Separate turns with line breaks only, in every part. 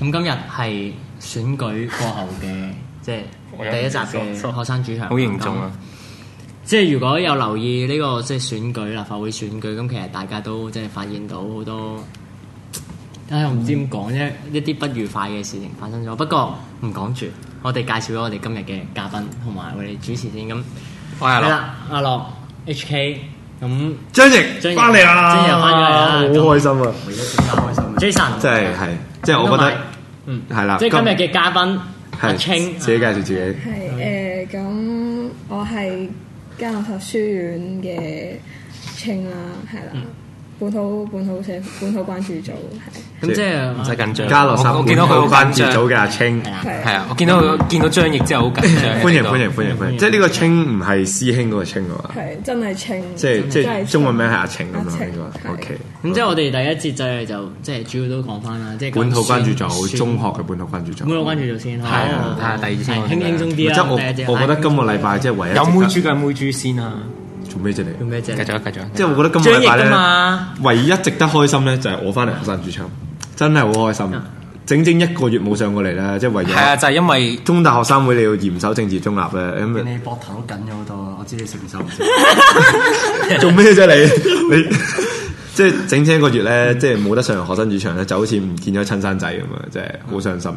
咁今日係選舉過後嘅，即係第一集嘅學生主場。
好凝重啊！
即係如果有留意呢、個即係選舉立法會選舉，咁其實大家都即係發現到好多，唉，我唔知點講啫，一啲不愉快嘅事情發生咗。不過唔講住，我哋介紹咗我哋今日嘅嘉賓同埋我哋主持先。咁
我係
係
啦，
啦，阿樂 HK 咁
張瑩
張瑩
翻嚟啊啦，
張瑩返咗嚟啦
好開心啊！
Jason，
即係係，即係我覺得
嗯
係
啊
啦
即係今
今
日嘅嘉賓阿啊
係
清
自己介紹自己，
係誒，咁、我係加拿大書院嘅青啦，係啦，
嗯
本土本土社本土關注組係
咁即係啊
唔使緊張。
加落十
我我
本
見到佢好
土關
緊張
注組，嘅阿青，
係啦
係
係啊，我見到佢見到張譯之後好 緊張。
歡迎歡迎歡
嗯
迎歡迎！即係呢個青唔係師兄嗰個青啊嘛，
係真係青，
即係即
真
係
青
中文名係阿青咁
阿
啊，
青
應該
係
OK。
咁即係我哋第一節就係就即係主要都講翻啦，即係
本土關注
選
組，中學嘅本土關注
本土
組。
關注組先，係
啊睇下第二節
輕輕鬆
即
啲
係
啦。第一節
我，我覺得今個禮拜即係唯一
有妹
值
豬嘅妹豬先啊！
得做咩啫
做
你？
咩
繼
啫？
續啊繼續啊！
即係我覺得今個
張
禮
譯
拜
噶
咧，
嘛，
唯一值得開心咧就係我翻嚟學生主場，真係好開心。
啊
整整一個月冇上過嚟啦，即係為
係啊，
咗
就係因為
中大學生會你要嚴守政治中立咧，咁啊
你膊頭都緊咗好多啊！我知你承受唔住。
做咩啫你？你即係整整一個月咧，即係冇得上學生主場咧，就好似唔見咗親生仔咁啊！即係好傷心。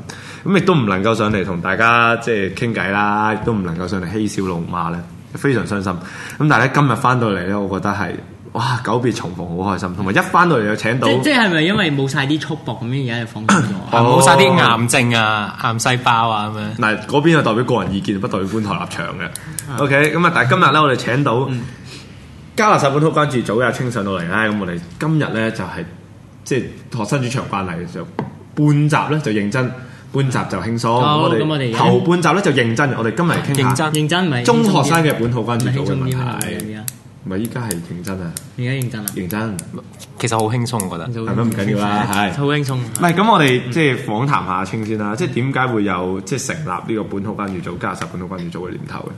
咁亦都唔能夠上嚟同大家即係傾偈啦，亦都唔能夠上嚟嬉笑怒罵咧，非常傷心。咁但係咧今日翻到嚟咧，我覺得係哇久別重逢好開心，同埋一翻到嚟就請到
即即係咪因為冇晒啲束縛咁樣而家就放鬆咗？啊
哦
啊冇晒啲癌症啊、癌細胞啊咁樣。
嗱嗰邊就代表個人意見，不代表本台立場嘅。OK，咁啊，但係今日咧，我哋請到
嗯
加拿大本土關注組嘅阿清上到嚟啦。咁我哋今日咧就係、即係學生主場慣例就半集咧就認真，半集就輕鬆。
好哦咁我
我
哋
哋頭半集咧就認真，我哋今日嚟傾
認
下
真
認真唔係
中學生嘅本土關注
唔係輕
組嘅
鬆
問
啲嘛？而
題。
家
唔係依家係認真啊，
啊而家認真啦，
認真
其實好輕鬆，我覺得。
係咪唔緊要啦，係。
好輕鬆。
唔係咁，我哋即係訪談下阿清先啦。即係點解會有即係成立呢個本土關注組、加拿大本土關注組嘅念頭嘅？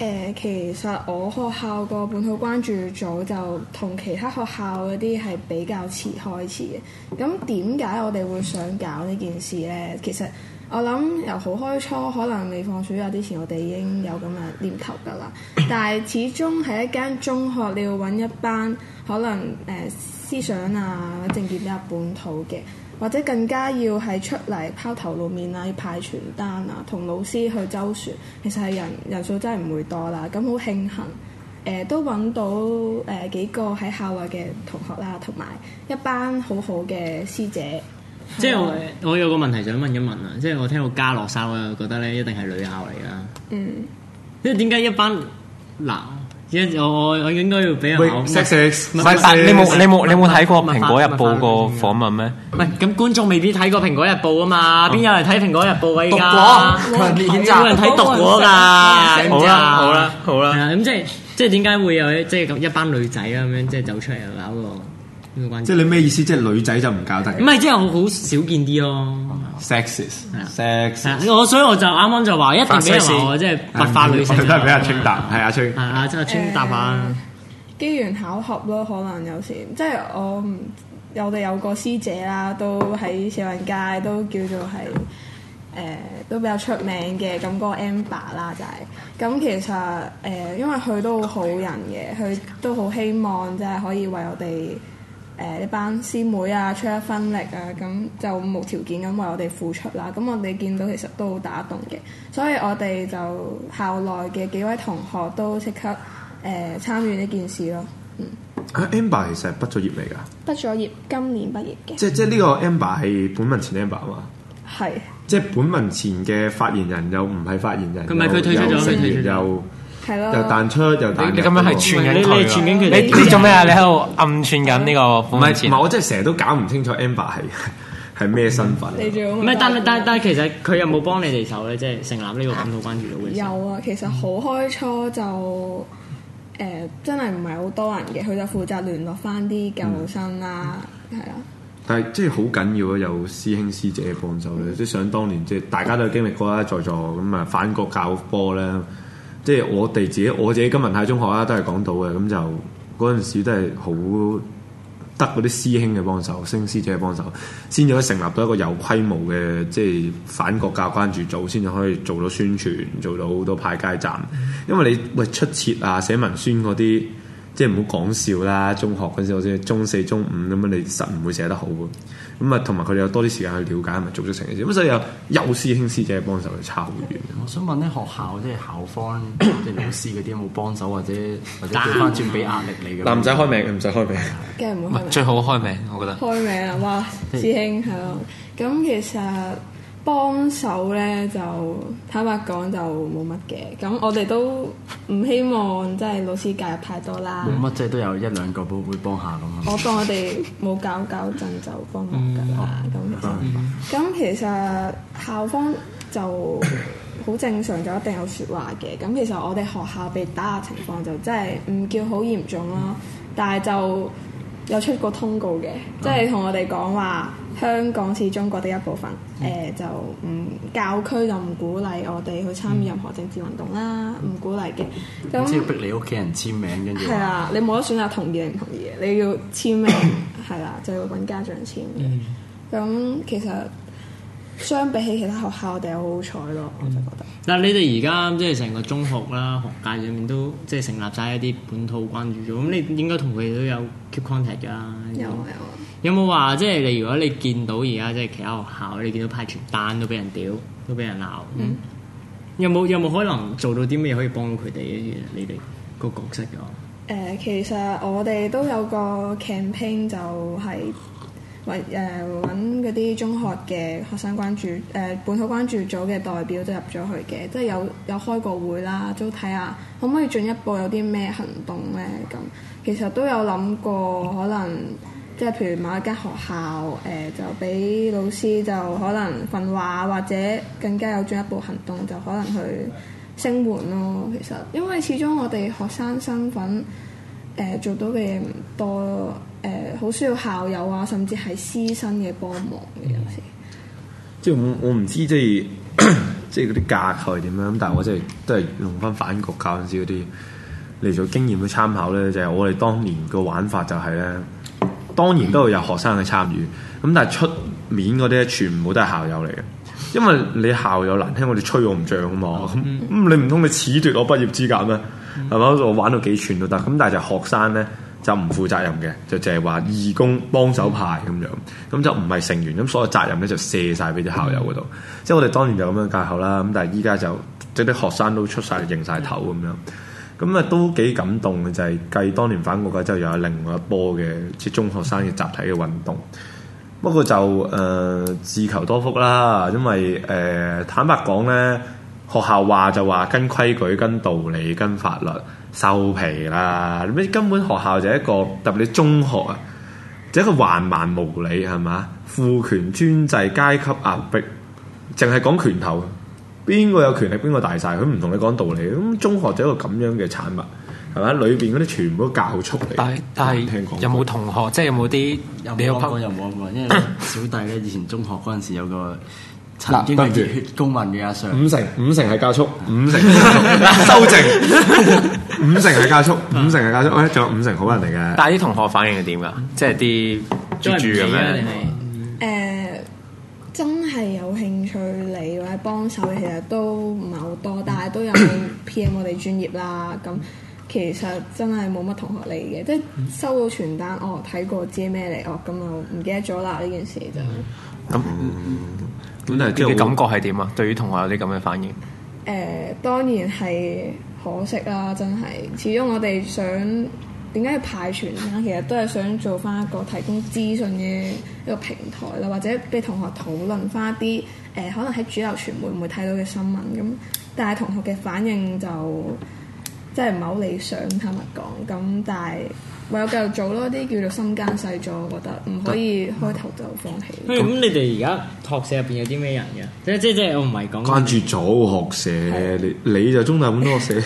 誒、呃其實我學校個本土關注組就同其他學校嗰啲係比較遲開始嘅。咁點解我哋會想搞呢件事呢？其實我諗由好開初，可能未放暑假之前，我哋已經有咁嘅念頭㗎啦。但係始終係一間中學，你要揾一班可能誒、思想啊、或者政見比較本土嘅。或者更加要係出嚟拋頭露面啊，要派傳單啊，同老師去周旋，其實係人人數真係唔會多啦。咁好慶幸，誒、都揾到誒、呃、幾個喺校內嘅同學啦，同埋一班好好嘅師姐。
即係
係啊
我我有個問題想問一問啊，即係我聽到加洛沙，我又覺得咧一定係女校嚟啦。
嗯，
即係點解一班嗱，一我我我應該要俾人
喂
鬧
，sex
唔係
唔
sex，
係，但你冇你冇你冇睇過《
咪
蘋
發
果日
咪
報
發》
個啊
咗先
訪問咩？
唔係咁觀眾未必睇過《蘋果日報》啊嘛，邊有人睇《蘋果日報》啊？依
毒
家
果強烈譴
冇人
責。
睇毒果㗎，
好啦好啦好
係
啦，
啊，咁即係即係點解會有即係咁一班女仔啊咁樣即係走出嚟搞個呢個關
即係
注？
你咩意思？即係女仔就唔搞得
唔係即係好好少見啲咯。係啊
sexist，sex
係啊我所以我就啱啱就話一定俾人話我即係白化女 性。
嗯都係俾阿清答，係阿清
係。啊，即係穿搭
嗯
啊，
機緣巧合咯，可能有時即係我唔，我哋有個師姐啦，都喺社運界都叫做係誒、呃都比較出名嘅，咁、嗰個 Amber 啦就係、咁其實誒、呃因為佢都好好人嘅，佢都好希望即係可以為我哋。誒一班師妹啊，出一分力啊，咁就無條件咁為我哋付出啦。咁我哋見到其實都好打動嘅，所以我哋就校內嘅幾位同學都即刻誒、呃、參與呢件事咯。
啊，Amber 其實係畢咗業嚟㗎，
畢咗業，今年畢業嘅，
即係即係呢個 Amber 係本文前 Amber 啊嘛。
係
即係本文前嘅發言人又唔係發言人，
佢咪佢退出咗
又
佢退出咗
又
係
又
咯，
彈出又彈入
你咁樣係
喎
串緊
你
佢
你
喎
串緊佢
你
哋
你做咩啊？你喺度暗串緊呢個
唔
訪問
係唔
前
係，我真係成日都搞唔清楚 Amber 係 係咩身份。
你仲有
唔
冇
係，但係但係但係其實佢有冇幫你哋手咧？即係成立呢個本土關注組嘅時候。
有啊，其實好開初就誒、呃真係唔係好多人嘅，佢就負責聯絡翻啲舊生啦，係
嗯
啊啦、
但係即係好緊要啊！有師兄師姐幫手咧，即係想當年即係大家都有經歷過啦，在座咁啊反國教波咧，即係我啊哋自己我自己金文泰中學啦，都係港島嘅，咁就嗰陣時都係好得嗰啲師兄嘅幫手、升師姐嘅幫手，先至可以成立到一個有規模嘅即係反國教關注組，先至可以做到宣傳，做到好多派街站。因為你喂出切啊、寫文宣嗰啲，即係唔好講笑啦。中學嗰陣時，我先中四、中五咁樣，你實唔會寫得好嘅。咁啊，同埋佢哋有多啲時間去了解，咪做咗成件事。咁所以有有師兄師姐幫手去抄完。
我想問咧，學校即係校方即係老師嗰啲有冇幫手，或者或 者調翻轉俾壓力你嘅？
嗱，唔使開名，唔使開名。
梗係唔
唔
會
係最嗯好開名，我覺得。
開名啊！哇，師兄係咯。咁其實幫手咧就坦白講就冇乜嘅。咁我哋都唔希望即係老師介入太多啦。
冇乜，即係都有一兩個會會幫下
嗯
咁啊。
我當我哋冇搞搞陣就幫忙㗎啦。咁其實咁其實校方就好正常，就一定有説話嘅。咁其實我哋學校被打壓情況就真係唔叫好嚴重啦，但係就有出過通告嘅，即係同我哋講話。香港是中國的一部分，誒、就唔教區就唔鼓勵我哋去參與任何政治運動啦，唔鼓勵嘅。咁
即係逼你屋企人簽名，跟住
係啊，你冇得選擇同意定唔同意嘅，你要簽名係啦，就要揾家長簽嘅。
嗯
咁、其實相比起其他學校，我哋好好彩咯，我就覺得。
但係你哋而家即係成個中學啦，學界裏面都即係成立晒一啲本土關注組，咁你應該同佢哋都有 keep contact 㗎。
有啊有啊，
有冇話即係你如果你見到而家即係其他學校，你見到派傳單都俾人屌，都俾人鬧，有冇有冇可能做到啲咩可以幫到佢哋嘅？你哋個角色嘅話
啊誒、其實我哋都有個 campaign 就係揾誒揾嗰啲中學嘅學生關注誒、本土關注組嘅代表都入咗去嘅，即係有有開過會啦，都睇下可唔可以進一步有啲咩行動咧咁。其實都有諗過可能。即係譬如某一間學校，誒、就俾老師就可能訓話，或者更加有進一步行動，就可能去聲援咯。其實，因為始終我哋學生身份，誒、做到嘅嘢唔多咯，誒、好需要校友啊，甚至係師生嘅幫忙嘅有時。
即係我我唔知即係 即係嗰啲架構係點樣，咁但係我即係都係用翻反國教嗰陣時嗰啲嚟做經驗去參考咧，就係、我哋當年個玩法就係、咧，當然都會有學生去參與，咁但係出面嗰啲咧全部都係校友嚟嘅。因為你校友難聽，我哋吹我唔漲啊嘛，咁、咁你唔通你褫奪我畢業資格咩？係嘛、我玩到幾串都得，咁但係就學生咧就唔負責任嘅，就淨係話義工幫手派咁樣，咁就唔係成員，咁所有責任咧就卸晒俾啲校友嗰度。即係我哋當年就咁樣教校啦，咁但係依家就即係啲學生都出晒認晒頭咁樣。咁啊都幾感動嘅，就係、繼當年反國教之後，又有另外一波嘅即係中學生嘅集體嘅運動。不過就誒、呃自求多福啦，因為誒、呃坦白講咧，學校話就話跟規矩、跟道理、跟法律，收皮啦！你根本學校就係一個特別你中學啊，就係一個橫蠻無理係嘛，父權專制、階級壓迫，淨係講拳頭，邊個有權力邊個大晒，佢唔同你講道理。咁中學就係一個咁樣嘅產物係咪？裏邊嗰啲全部都教速嚟，
但係但
聽
係
講
有冇同學，即係有冇啲
有
你有
冇幫過
拍
又冇幫過，因為小弟咧以前中學嗰陣時有個曾
嗱
經係
對
熱
唔住
血公民嘅阿 Sir，
五成五成係加速，五成 係加速修正，五成係加速，五成係加速，喂，仲有五成好人嚟嘅。
但係啲同學反應係點㗎？即係啲
嗯都
豬
係唔
豬咁
理啊定
樣。
係
誒、呃真係有興趣你或者幫手嘅，其實都唔係好多，但係都有 PM 我哋專業啦。咁其實真係冇乜同學嚟嘅，即係收到傳單，哦睇過知咩嚟，哦咁就唔記得咗啦呢件事就。
咁
咁但係
你
即
嘅感
係
覺係點啊？對於同學有啲咁嘅反應，
誒、當然係可惜啦，真係。始終我哋想點解要派傳單，其實都係想做翻一個提供資訊嘅一個平台啦，或者俾同學討論翻一啲誒、可能喺主流傳媒唔會睇到嘅新聞咁。但係同學嘅反應就真係唔係好理想，坦白講。咁但係唯有繼續做咯，啲叫做心間細咗，我覺得唔可以開頭就放棄。
喂啊咁你哋而家托社入邊有啲咩人嘅？即即即我唔係講
關注組學社，你你就中大本土學社，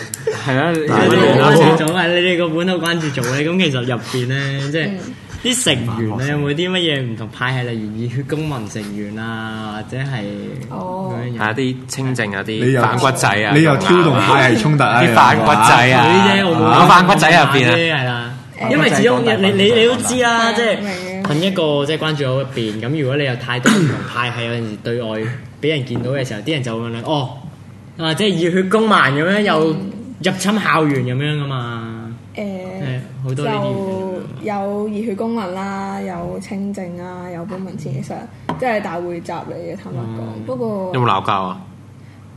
係啊，
你
係
哋
你
個
啦
關注組係你哋個本土關注組咧，咁其實入邊咧，即係啲成
嗯
員咧有冇啲乜嘢唔同派系，例如熱血公民成員啊，或者係
哦
嗰樣嘢
係啲清靜啊，
你
啲
又
反骨仔啊，
你又挑動派系衝突啊，
啲反骨仔啊，
佢啫，我冇
反骨仔入邊啊。
啫，係啦，因為始終你你你都知啦，
嗯
即係
明嘅
喺一個即係關注好入邊，咁如果你有太多唔同派系，有陣時對外俾人見到嘅時候，啲人就會問你哦，啊即係熱血公民咁樣又入侵校園咁樣噶嘛，
誒
誒好多呢啲啊
就有熱血公民啦，有清靜啦，有本文前其實即係大匯集嚟嘅，坦白
嗯
講。不過
有冇鬧交啊？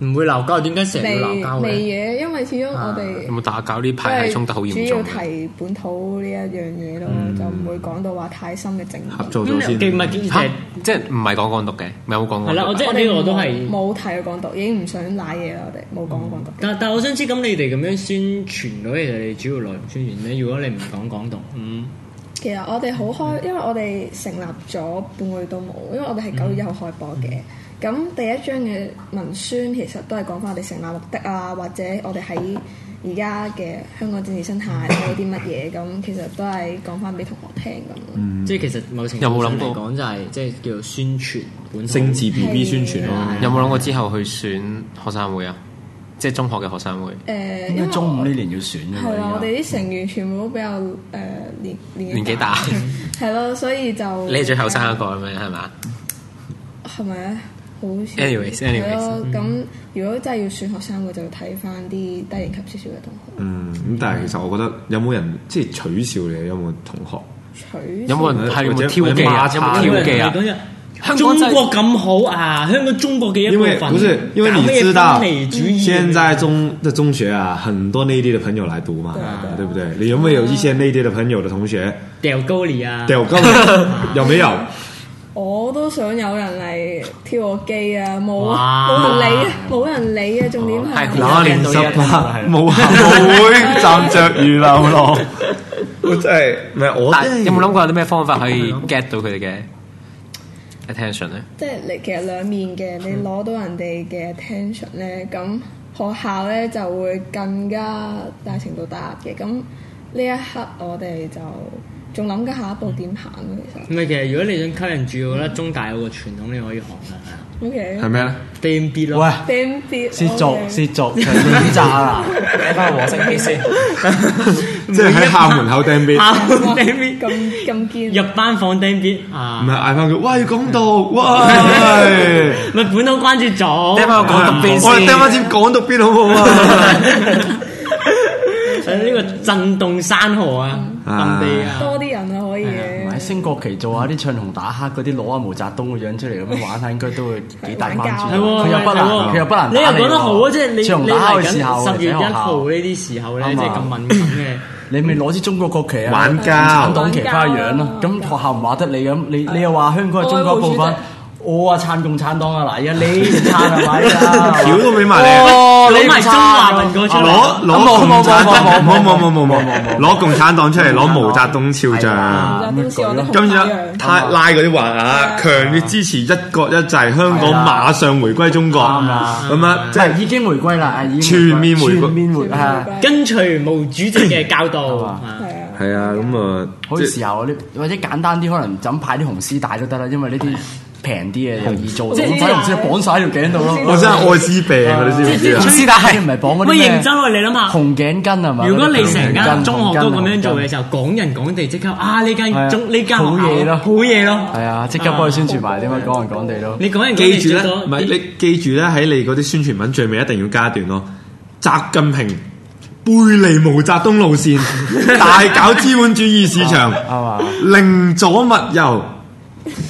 唔會鬧交，點解成日
未
要鬧交
未
嘅？
嘢，因為始終我哋
有冇打交？呢
都係
排係衝突好
主
嚴
要
重啊嘅。
提本土呢一樣嘢咯，就唔會講到話太深嘅政
合
治。
作咗
咁
先
你。既唔係其
嚇
實
即係唔係講港獨嘅？有冇講港獨？
係啦，我即係
哋
呢個我都係。
冇冇提佢港獨，已經唔想賴嘢啦。我哋冇講港獨嘅。
但但我想知，咁你哋咁樣宣傳嗰啲，其實你主要內容宣傳咧？如果你唔講港獨，嗯，
其實我哋好
嗯
開，因為我哋成立咗半個月都冇，因為我哋係
嗯
九月一號開播嘅。咁、第一張嘅文宣其實都係講翻我哋成立目的啊，或者我哋喺而家嘅香港政治生
嗯
態睇到啲乜嘢，咁其實都係講翻俾同學聽咁咯。
嗯
即係其實某程
有
度
冇
上
諗
嚟
過
講，就係即係叫做宣傳本土
政治 B B 宣傳
係
咯
啊，
有冇諗過之後去選學生會啊？即係中學嘅學生會。
誒、
啊
應
因
該
為
中午呢年要選啊嘅
啊
係啊啦，我
喎。
哋啲成員全部都比較誒、年年
年紀大，
係咯，所以就
你係最後生一個咁樣係嘛？
係咪啊？好似
Anyways，anyways，
係咯。咁如果真係要選學生會，就要睇翻啲低年級少少嘅同學
嗯，咁但係其實我覺得有冇人即係取笑你？啊有冇同學？
取
有冇人係有
或
冇
者
挑
或者
機啊？
馬
有
叉
冇
有
挑
人
機啊
同？你講嘢
香港
中
真係
國咁好啊，香港中國嘅一
因
部
为
分，
不是因为
搞
你
咩
知道
分離主，義
现在中的中学啊，很多内地的朋友来读嘛，对不对？你有没有一些内地的朋友的同学
掉高你啊，
屌够？有没有？
我都想有人嚟挑我機啊！冇
哇
冇人理啊，冇人理啊！重點
係
係
那年十八冇校會，站着如流浪。我真係唔係我
但
真係
有冇諗過有啲咩方法可以 get 到佢哋嘅 attention 咧？
即係你其實兩面嘅，你攞到人哋嘅 attention 咧，咁學校咧就會更加大程度打壓嘅。咁呢一刻我哋就仲諗緊下一步點行咯，
唔
其實。
係啊其實如果你想吸引住，我覺得中大有個傳統你可以學噶
O K，
係咩咧？
，DMB 咯，
喂，
點別
涉足涉 足，點炸啦！睇翻和聲啲先。
即係喺校門口掟邊，
啊
咁
DMB
咁堅，
入班房 DMB 啊
唔，係嗌翻佢喂港獨，喂！
咪本土關注
聽
組，
翻個港獨邊
我哋掟翻
先。
支港獨邊好唔好啊？
誒呢個震動山河啊，
啊
冧地啊。
多啲人啊可以
唔係
嘅。
升國旗做下啲唱紅打黑嗰啲，攞下毛澤東個樣出嚟咁樣玩下，應該都會幾大關注。
係
係
喎，
佢又不能，
係喎
佢又不能。
哦你又講得好啊！即係你你
唱紅打黑
嚟
嘅時候，
緊十月一號
你
呢啲時候咧，
啱啊
即係咁敏感嘅，
你咪攞支中國國旗啊，
玩交
反黨旗花樣咯。咁學校唔話得你咁，你你又話香港係中國部分。我啊撐共產黨啊！嗱，而家你唔撐 係咪啊？
屌都俾埋你
哦
攞埋中華民國出啊嚟。
攞攞共產黨，冇冇冇冇冇，攞共產黨出嚟，攞毛澤東肖像。
而家都似我哋
今
同
日
一樣，
拉拉嗰啲話啊，強烈支持一國一制，香港馬上回歸中國，
啱啦
咁樣即
即
係
係已經回歸啦，已
經回歸
全面回啊！
跟隨毛主席嘅教導，
係嘛
啊
係啊，
係啊，咁啊，
好似時候你或者簡單啲，可能就咁派啲紅絲帶都得啦，因為呢啲平啲嘅又易做到，
即係
擺紅絲帶綁晒喺條頸度咯。
我真係愛滋病啊，你知唔知啊
紅？絲帶係唔係綁嗰啲
喂，
咩
認真喎，你諗下。
紅頸巾係嘛？
如果你成間中學都咁樣做嘅
時
時候，港人港地即刻啊呢
係啊
間中呢間學校
好嘢咯
好嘢咯
候，，係啊，即刻幫佢宣傳埋點樣講人講地
啊
咯。
你港人港
記
地
住
最
咧，
多
唔係你記住咧，喺你嗰啲宣傳文最尾一定要加一段咯。習近平背離毛澤東路 線，大搞資本主義市場，
啱啊
寧左勿右，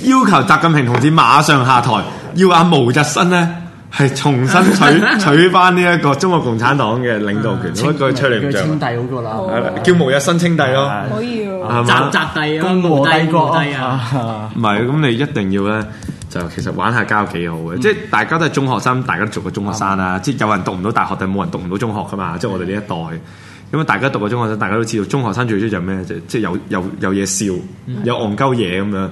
要求習近平同志馬上下台，要阿毛日新呢係重新 取取翻呢一個中國共產黨嘅領導權，
清
嗰句吹你唔啊
佢
漲
清帝好過啦，
哦
好
係啦叫毛日新稱帝咯，
可以喎。
習
係嘛？
習帝啊，
共
毛
和
帝
帝國
毛帝啊，
啊！
唔係，咁你一定要咧，就其實玩下交幾好嘅，
嗯
即係大家都係中學生，大家都做過中學生啦。即係有人讀唔到大學，但係冇人讀唔到中學噶嘛。即係我哋呢一代，咁啊，大家讀過中學生，大家都知道中學生最中意就係咩？就即係有有有嘢笑，
嗯
有戇鳩嘢咁樣。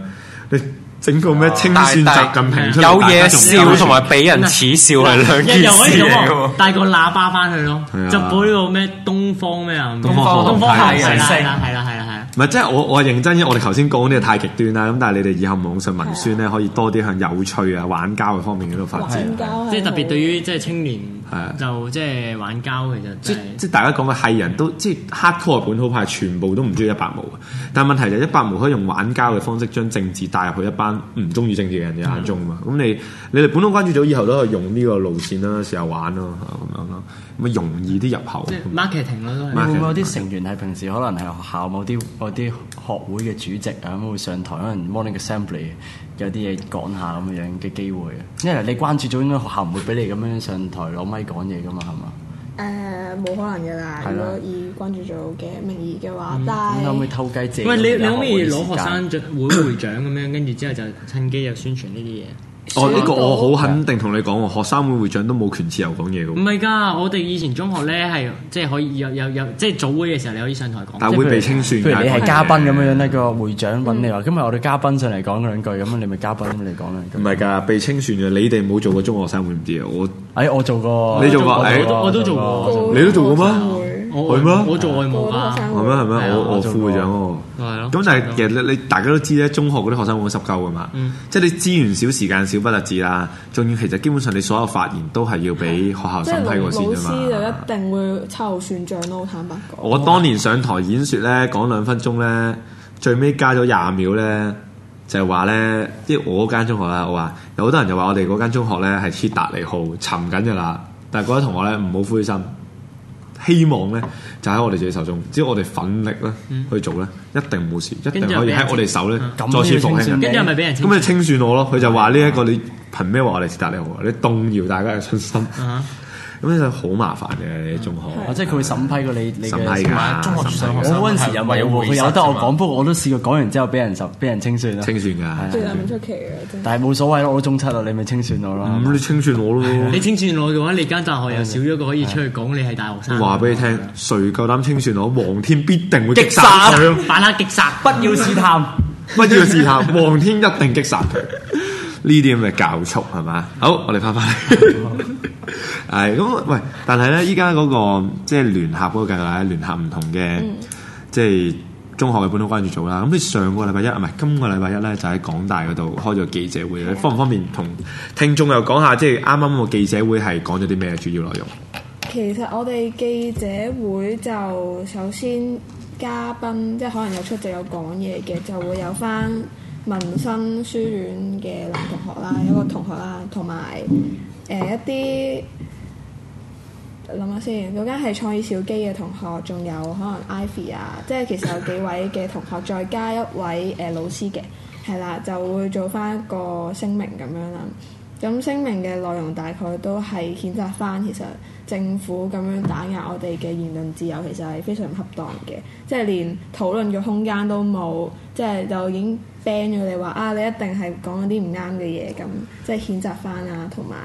你整個咩清算習近平出嚟，
有
大家
嘢
仲鳩
笑同埋俾人恥笑係兩件
又可以
事
咁
嚟嘅
喎
啊
喎。
帶個喇叭翻去咯
係啊，
就播呢個咩東方咩啊，
東方
東
紅
方
太
係
陽
係啦
星
係啦係啦係啦啊係啦。
唔啊係，即係我我係認真，因為我哋頭先講呢個太極端啊啦。咁但係你哋以後網上文宣咧，可以多啲向有趣啊、玩交嘅方面嗰度發展。
點解？
即係特別對於即係青年
係啊
就即係玩交其實
即
真係
即大家講嘅係人都即 hardcore 本土派全部都唔中意一百毛嘅，但問題就係一百毛可以用玩交嘅方式將政治帶入去一班唔中意政治嘅人嘅眼中嘛。咁你你哋本土關注組以後都可以用呢個路線啦，試下玩咯嚇咁樣咯，咁啊容易啲入口哦
即。係 marketing 咯都
你
係。
會唔會有啲成員係平時可能係學校某啲某啲學會嘅主席啊，咁會上台可能 morning assembly 有啲嘢講下咁樣嘅機會啊？因為你關注咗，應該學校唔會俾你咁樣上台攞咪講嘢噶嘛，係嘛？
誒呃冇可能㗎啦！
係啦
如果以關注組嘅名義嘅
嗯
話，
咁可唔可
但
以
係
偷雞借？
喂，你你可唔可以攞學生 獎會會長咁樣，跟住之後就趁機就宣傳呢啲嘢？
我呢個我好肯定同你講喎，學生會會長都冇權自由講嘢嘅
唔係
喎，
㗎，我哋以前中學咧係即係可以有有有即係早會嘅時候你可以上台講。
啊但會被清算
譬
㗎。
如你係嘉賓咁樣咧，個會長揾
嗯
你話：今日我哋嘉賓上嚟講兩句，咁你咪嘉賓咁嚟講兩
唔
句。
係㗎，被清算嘅，你哋冇做過中學生會唔知啊，我
哎，我做過，
你做過哎
我都做過
我
你都做過咩
我
係咩
我做外務
我學
㗎，
生
係咩係
會
係
咩？
啊
我我
我做
副會
過
長喎。
係咯。
咁但係其實你你大家都知咧，中學嗰啲學生會濕鳩噶嘛，
嗯
即係你資源少、時間少不特止啦，仲要其實基本上你所有發言都係要俾學校
即係
審
老
批過先
老
㗎
師就
嘛。
一定會秋算賬咯，坦白講。
我當年上台演説咧，講兩分鐘咧，最尾加咗廿秒咧，就係話咧，即係我嗰間中學啦，我話有好多人就話我哋嗰間中學咧係鐵達尼號沉緊㗎啦，但係各位同學咧唔好灰心。希望咧就喺我哋自己手中，只要我哋奮力咧去做咧，一定冇事，一定
跟住又
可以
俾人
喺我哋手咧
嗯
再
咁都要
次復
清
興
算
嘅
跟住係咪俾人清
咁你清算我咯，佢就話呢一個你憑咩話我哋鐵達尼號啊？你動搖大家嘅信心，
啊
咁你就好麻煩嘅你中學
啊。即係佢會審批過你你
審批
嘅
㗎。
中學上學生
嗯我嗰陣時又冇喎，佢有得我講，不過我都試過講完之後俾人就俾人清算
嗯
啦。
清算㗎，
最近唔出奇嘅，真係。
但係冇所謂咯，我都中七啦，你咪清算我啦。
咁你啊清算我
你
咯。
清算我嘅話，你間大學又少咗個可以出去講你係大學生。
話俾你聽，誰夠膽清算我，皇天必定會擊
擊
殺
殺
佢，
反黑擊殺，
不要試探。
不要試探，啊皇天一定擊殺佢。呢啲咁嘅教速係嘛？好，我哋翻返嚟。係咁，喂！但係咧，依家嗰個即係聯合嗰個計劃咧，聯合唔同嘅、即係中學嘅本土關注組啦。咁你上個禮拜一啊，唔係今個禮拜一咧，就喺港大嗰度開咗記者會，你方唔方便同聽眾又講下，即係啱啱個記者會係講咗啲咩主要內容？
其實我哋記者會就首先嘉賓，即係可能有出席有講嘢嘅，就會有翻民生書院嘅男同學啦，有一個同學啦，同埋誒一啲諗下先，嗰間係創意小基嘅同學，仲有可能 Ivy 啊，即係其實有幾位嘅同學，再加一位誒、呃老師嘅，係啦，就會做翻個聲明咁樣啦。咁聲明嘅內容大概都係譴責翻，其實政府咁樣打壓我哋嘅言論自由，其實係非常唔恰當嘅，即係連討論嘅空間都冇，即係就已經 ban 咗你話啊，你一定係講嗰啲唔啱嘅嘢咁，即係譴責翻啊，同埋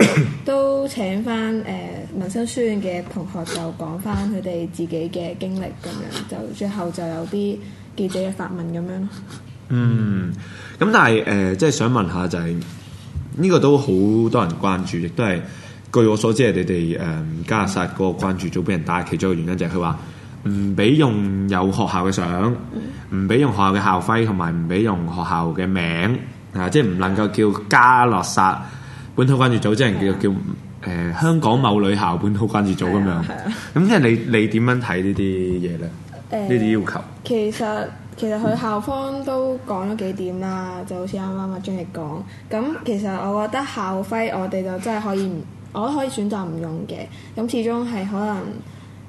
都請翻誒、呃民生書院嘅同學就講翻佢哋自己嘅經歷咁樣，就最後就有啲記者嘅發問咁樣咯。
嗯，咁但係誒、呃即係想問下就係、呢、個都好多人關注，亦都係據我所知係你哋誒、呃加薩嗰個關注組俾人打，其中一個原因就係佢話唔俾用有學校嘅相，唔俾用學校嘅校徽，同埋唔俾用學校嘅名啊，即係唔能夠叫加勒薩本土關注組，即係叫叫誒、呃香港某女校本土關注組咁樣
係啊。
咁即係你你點樣睇呢啲嘢咧？呢
誒
啲要求？
其實其實佢校方都講咗幾點啦，就好似啱啱阿張力講。咁其實我覺得校徽我哋就真係可以唔，我都可以選擇唔用嘅。咁始終係可能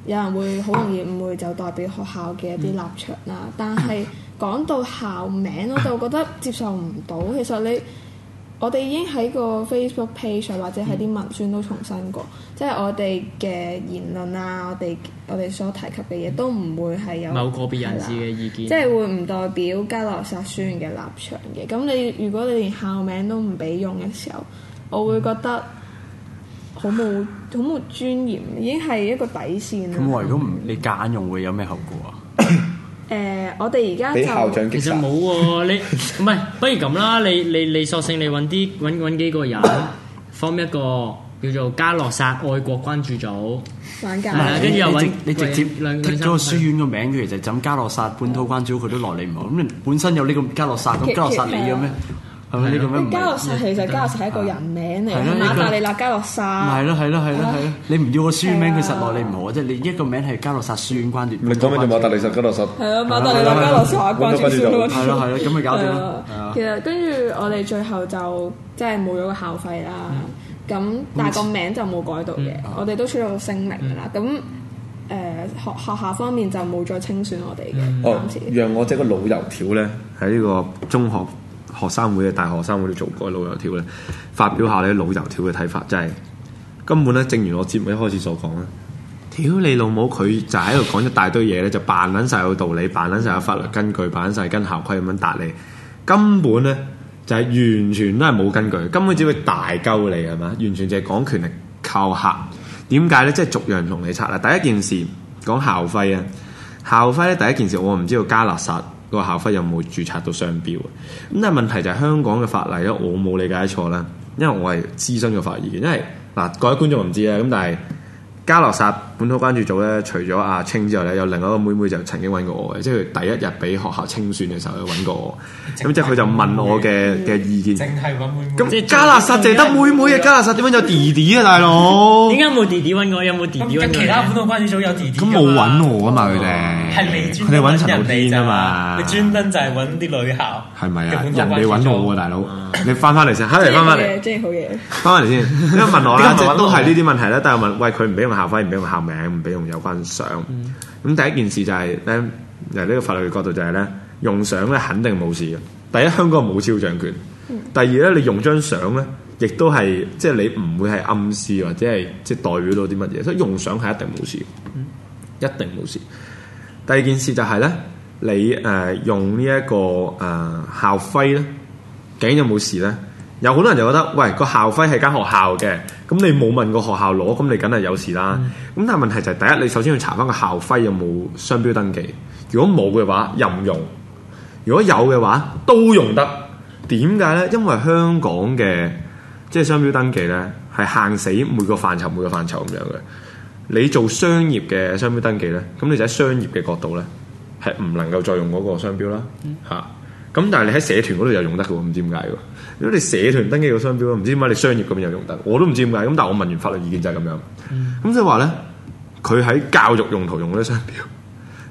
有人會好容易誤會，就代表學校嘅一啲立場啦。但係講到校名，我就覺得接受唔到。其實你。我哋已經喺個 Facebook page 啊或者喺啲文宣都重申過，即係我哋嘅言論啊，我哋我哋所提及嘅嘢都唔會係有
某個別人士
係啦
嘅意見。
即係會唔代表加洛薩書院嘅立場嘅。咁你如果你連校名都唔俾用嘅時候，我會覺得好冇好冇尊嚴，已經係一個底線啦。
咁我如果唔你夾硬用會有咩後果啊？
誒、我哋而家就
其實冇喎， 你唔係，不如咁啦，你你你索性你揾啲揾揾幾個人 form 一個叫做加洛薩愛國關注組，
玩
係啦
家
跟住又
你
搵
直你直接
兩兩
剔咗個書院個名，佢其實就咁加洛薩本土關注，佢都落你唔好。咁你本身有呢個加洛薩，
其
咁加洛薩你嘅咩？係咪呢個咩唔係？
加洛
嗯
薩其實加洛薩係一個人名嚟，
係咯
係
呢個
馬達利納加洛
唔係
薩。
咯，係咯，係咯，
啊
係咯！你唔要個書院名，
係啊
佢實落你唔好啊！即係你一個名係加洛薩書院關聯，
你講緊就馬特利實嗰度實，
係啊，馬達利納加洛薩關注少咗。
係咯係咯，咁咪搞掂
係
啦
啊！
係啊
其實跟住我哋最後就即係冇咗個校費啦。
嗯
咁但係個名就冇改到嘅，
啊
我哋都出咗個聲明㗎
嗯
啦。咁誒學學校方面就冇再清算我哋
嗯
嘅，
哦
暫時，
讓我即係個老油條咧，喺呢個中學學生會嘅大學生會度做過老油條咧，發表下你老油條嘅睇法，就係、根本咧，正如我節目一開始所講啦。啊屌你老母！佢就喺度講一大堆嘢咧，就扮撚晒有道理，扮撚晒有法律根據，扮撚晒跟校規咁樣答你，根本咧就係、完全都係冇根據，根本只會大鳩你係嘛？完全就係講權力靠客。點解咧？即係逐樣同你拆啦。第一件事講校費啊，校費咧第一件事我唔知道加勒薩個校費有冇註冊到商標啊。咁但係問題就係香港嘅法例咧，我冇理解錯啦，因為我係諮詢個法意見，因為嗱各位觀眾唔知啊，咁但係。加洛薩本土關注組咧，除咗阿青之後咧，有另外一個妹妹就曾經揾過我嘅，即係佢第一日俾學校清算嘅時候，佢揾過我，咁即係佢就問我嘅嘅意見。
淨係揾妹妹。
咁加勒薩淨係得妹妹嘅加勒薩點樣有弟弟啊，大佬？
點解冇弟弟揾我？有冇弟弟
咁
啊揾
其他本
我？
土關注組有弟弟
咁
㗎嘛
冇揾我啊嘛，佢哋
哦係你專
佢哋
登
揾
人
陳浩
哋
天
咋
啊嘛，
你專登就係揾啲女校，
係咪啊？
嘅
人
本
哋
土關注組嗯
揾我喎，大佬，你翻翻嚟先，翻嚟
真係
翻
好
翻嚟
嘢，。真係好嘢。
翻返嚟先，因為問我啦，
點解唔
即
係
係
揾
都
我
係呢啲問題啦。但係問，喂，佢唔俾用校徽，唔俾用校名，唔俾用有關相。咁、第一件事就係、咧，由呢個法律嘅角度就係、咧，用相咧肯定冇事嘅。第一，香港冇肖像權；第二咧，你用張相咧，亦都係即係你唔會係暗示或者係即係代表到啲乜嘢，所以用相係一定冇事，一定冇事。第二件事就係、咧，你誒、呃用呢、一個誒、呃校徽咧。究竟有冇事咧？有好多人就覺得，喂個校徽係間學校嘅，咁你冇問過學校攞，咁你梗係有事啦。咁、但係問題就係、第一，你首先要查翻個校徽有冇商標登記，如果冇嘅話，任用；如果有嘅話，都用得。點解咧？因為香港嘅即係商標登記咧，係限死每個範疇每個範疇咁樣嘅。你做商業嘅商標登記咧，咁你就喺商業嘅角度咧，係唔能夠再用嗰個商標啦嚇。咁、但係你喺社團嗰度又用得嘅喎，唔知點解喎。如果你社團登記個商標，唔知點解你商業咁又用得，我都唔知點解。咁但係我問完法律意見就係咁樣。咁所以話咧，佢喺教育用途用嗰啲商標，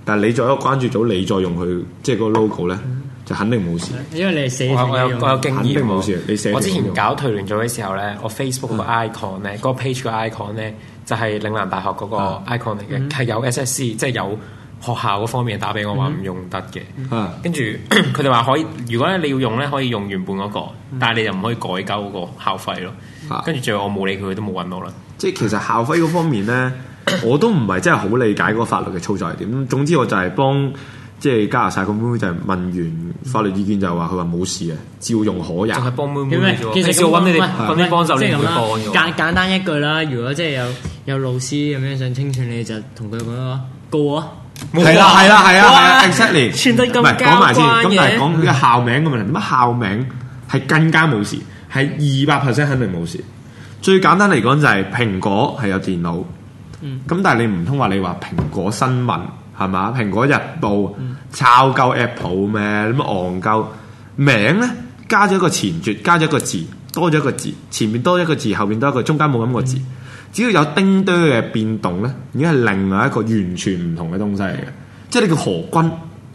但係你作為一個關注組，你再用佢即係嗰個 logo 咧，就肯定冇事。
因為你係死
我有我有我有經驗
肯定冇事你寫嗯
喎。我之前搞退聯組嘅時候咧，我 Facebook 個 icon 咧，嗰個 page 個 icon 咧，就係嶺南大學嗰個
啊
icon 嚟嘅，係有 SSC，即係有學校嗰方面打俾我話唔用得嘅。
啊
跟住 佢哋話可以，如果你要用咧，可以用原本嗰個，但係你就唔可以改鳩個校費
啊
咯。跟住最後我冇理佢，佢都冇揾我啦。
即係其實校徽嗰方面咧，我都唔係真係好理解嗰個法律嘅操作係點。總之我就係幫即係加拿大個妹妹就係問完法律意見就係話佢話冇事嘅，照用可也
仲。啊係幫妹妹
點
嘅
咧
啫喎。
其啊
平
實
時我揾你哋
咁講
揾啲幫手，
即
你
係
唔
咁
會
啦
幫嘅喎。
簡簡單一句啦，如果即係有有老師咁樣想清算你，就同佢講話告啊！
係啦係啦係啊係啊
哇
，exactly。
串得咁
唔係講埋先，
交關
咁
嘅
但係講佢嘅校名嘅問題，點解校名係更加冇事，係二百 percent 肯定冇事。最簡單嚟講就係蘋果係有電腦，咁、
嗯
但係你唔通話你話蘋果新聞係嘛？蘋果日報、
嗯
抄鳩 Apple 咩？咁戇鳩名咧加咗一個前綴，加咗一個字，多咗一個字，前面多一個字，後面多一個，中間冇咁個
嗯
字。只要有丁堆嘅變動咧，已經係另外一個完全唔同嘅東西嚟嘅。即係你叫何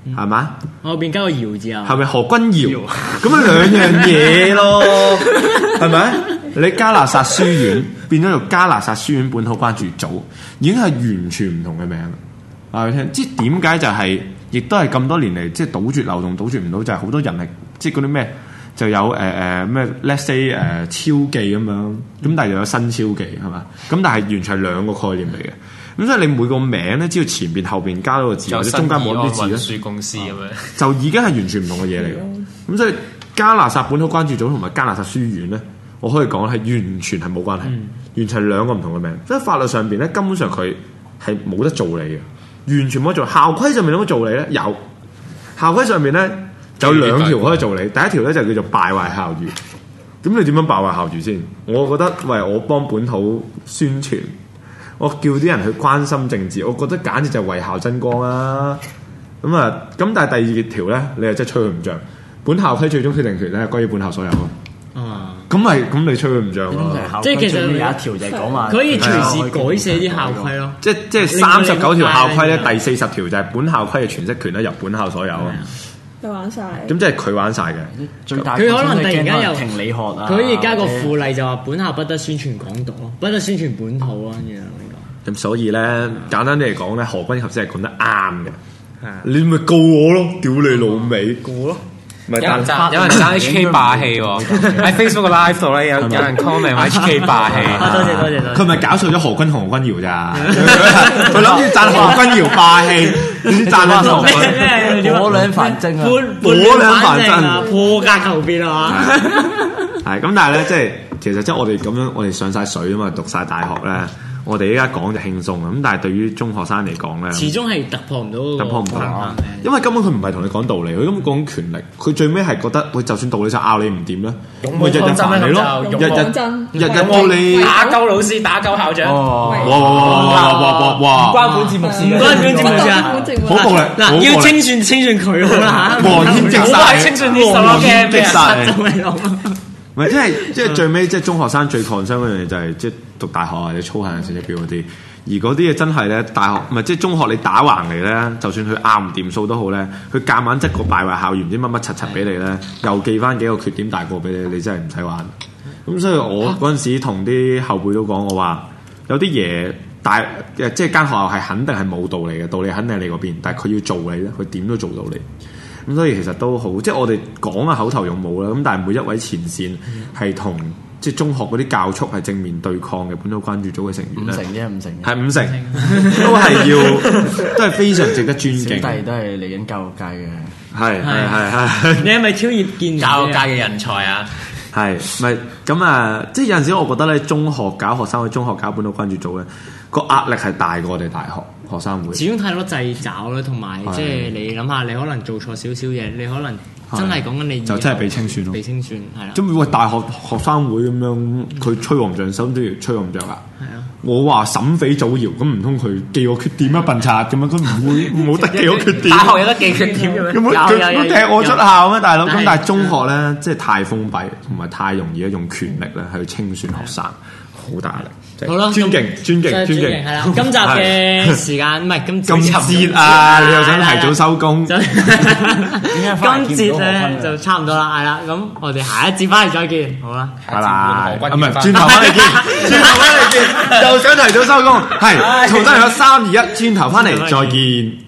君係嘛？
我哦邊加個搖字
係
啊！
咪何君瑤？咁啊兩樣嘢咯，係咪？你加拿薩書院變咗做加拿薩書院本土關注組，已經係完全唔同嘅名啦。話俾你聽，即係點解就係、亦都係咁多年嚟，即係堵住流動，堵住唔到，就係、好多人係即係嗰啲咩，就有誒誒咩，let's say 誒、呃超記咁樣，咁但係又有新超記係嘛？咁但係完全係兩個概念嚟嘅。咁所以你每個名咧，只要前邊後邊加咗個字，或者中間冇啲字咧。
輸公司咁樣。
就已經係完全唔同嘅嘢嚟嘅。咁所以加拿薩本土關注組同埋加拿薩書院咧，我可以講係完全係冇關係，完全係兩個唔同嘅名。即係法律上邊咧，根本上佢係冇得做你嘅，完全冇得做。校規上面有冇做你咧？有。校規上面咧有兩條可以做你，第一條咧就叫做敗壞校譽。咁你點樣敗壞校譽先？我覺得喂，我幫本土宣傳，我叫啲人去關心政治，我覺得簡直啊就係為校爭光啦、咁啊，咁但係第二條咧，你又真係吹佢唔漲。本校區最終決定權咧，歸於本校所有咯。
啊，
咁咪咁你吹佢唔漲
你通
咯？
常
嗯
校
哦即係
規
其實
最尾有一條就係講話，
佢可以隨時改寫啲校規咯。
即即係
另外
三十九條校規咧，
另外
第四十條就係本校規嘅詮釋權咧，入本校所有啊。
你玩晒。
咁即係佢玩晒嘅。
最大
佢可能突然間又
停理學啊，
佢可以加個
或者
附例就話本校不得宣傳港獨咯，不得宣傳本土啊咁樣呢
咁所以咧，簡單啲嚟講咧，何君合先係講得啱嘅。
個。
你咪告我咯，屌你老味！告
啊咯，
咪
有人
但
爭有人爭 HK 霸氣喎！喺 Facebook 嘅 live 度咧，有有人 comment 話 HK 霸氣。
啊多謝多謝多謝
佢。咪搞錯咗何君同何君瑤咋？ 佢諗住讚何君瑤霸氣，點知讚翻 何
咩
君。
咩點啊
我兩繁精啊，
本
本
本
兩
兩
反
反
正
正啊，破格求變啊！
係咁，但係咧，即係其實即係我哋咁樣，我哋上晒水啊嘛，讀晒大學咧，我哋依家講就輕鬆啊。咁但係對於中學生嚟講咧，
始終係突破唔到嗰個
突破唔到啊
框架嘅，
因為根本佢唔係同你講道理，佢咁講權力，佢最尾係覺得佢就算道理上拗你唔掂咧，
勇
咪
武
日日
抗爭啦
煩你咯，
咁
日
就
日
勇武
抗
日
爭
日到你，
打鳩老師，打鳩校長。
哦，
哇哇哇哇哇哇哇！
關本節目事嘅，
唔關本節目事
好
啊！
正喎
好暴力好
嗱，
暴力
要清算清算佢好啦 嚇，
黃天直
好
殺
快
你
清算呢首咯嘅咩
擊
啊？
殺你
就。係咯。
唔係，即係即係最尾，即係中學生最抗傷嗰樣嘢就係即係讀大學啊，你操行成績表嗰啲，而嗰啲嘢真係咧，大學唔係即係中學你打橫嚟咧，就算佢拗唔掂數都好咧，佢夾硬執個敗壞校園唔知乜乜柒柒俾你咧，又記翻幾個缺點大過俾你，你真係唔使玩。咁所以我嗰陣時同啲後輩都講，我話有啲嘢大誒，即係間學校係肯定係冇道理嘅，道理肯定係你嗰邊，但係佢要做你咧，佢點都做到你。咁所以其實都好，即係我哋講啊口頭用武啦，咁但係每一位前線係同即係中學嗰啲教速係正面對抗嘅本土關注組嘅成員
五成
咧，
啫，五成啫。
係五成，都係要都係非常值得尊
小
敬，係
弟都係嚟緊教育界嘅，
係係係。
你係咪挑葉建
教育界
啊？
嘅人才啊！
係，咪咁啊？即係有陣時，我覺得咧，中學搞學生會、中學搞本土關注組咧，個壓力係大過我哋大學學生會。
始終太多掣肘啦，同埋即係你諗下，你可能做錯少少嘢，你可能真係講緊你以後
就真係被清算咯
被清算係啦，
咁喂，大學學生會咁樣，佢吹黃象手都要吹黃象啊！
係啊。
我話審匪祖謠，咁唔通佢記我缺點啊？笨賊咁樣，佢唔 會冇得記我缺點。
大學有得記缺點嘅
咁
咩？
佢
有有有
佢踢我出校咩，大佬？咁
有
但係中學咧，即係太封閉，同埋太容易咧用權力咧去清算學生，好大壓力。即係
好啦，
尊敬
咁
尊敬
真係
尊敬，
係啦。今集嘅時間唔係今
咁節啊！你又想提早收工？
就
解反而
今
見
節
唔到何
咧
君啊
就差唔多啦，係啦。咁我哋下一節翻嚟再見，好啦。
拜拜，啊唔係轉頭翻嚟見， 轉頭翻嚟見，又想提早收工，係重新嚟咗三二一，轉頭翻嚟再見。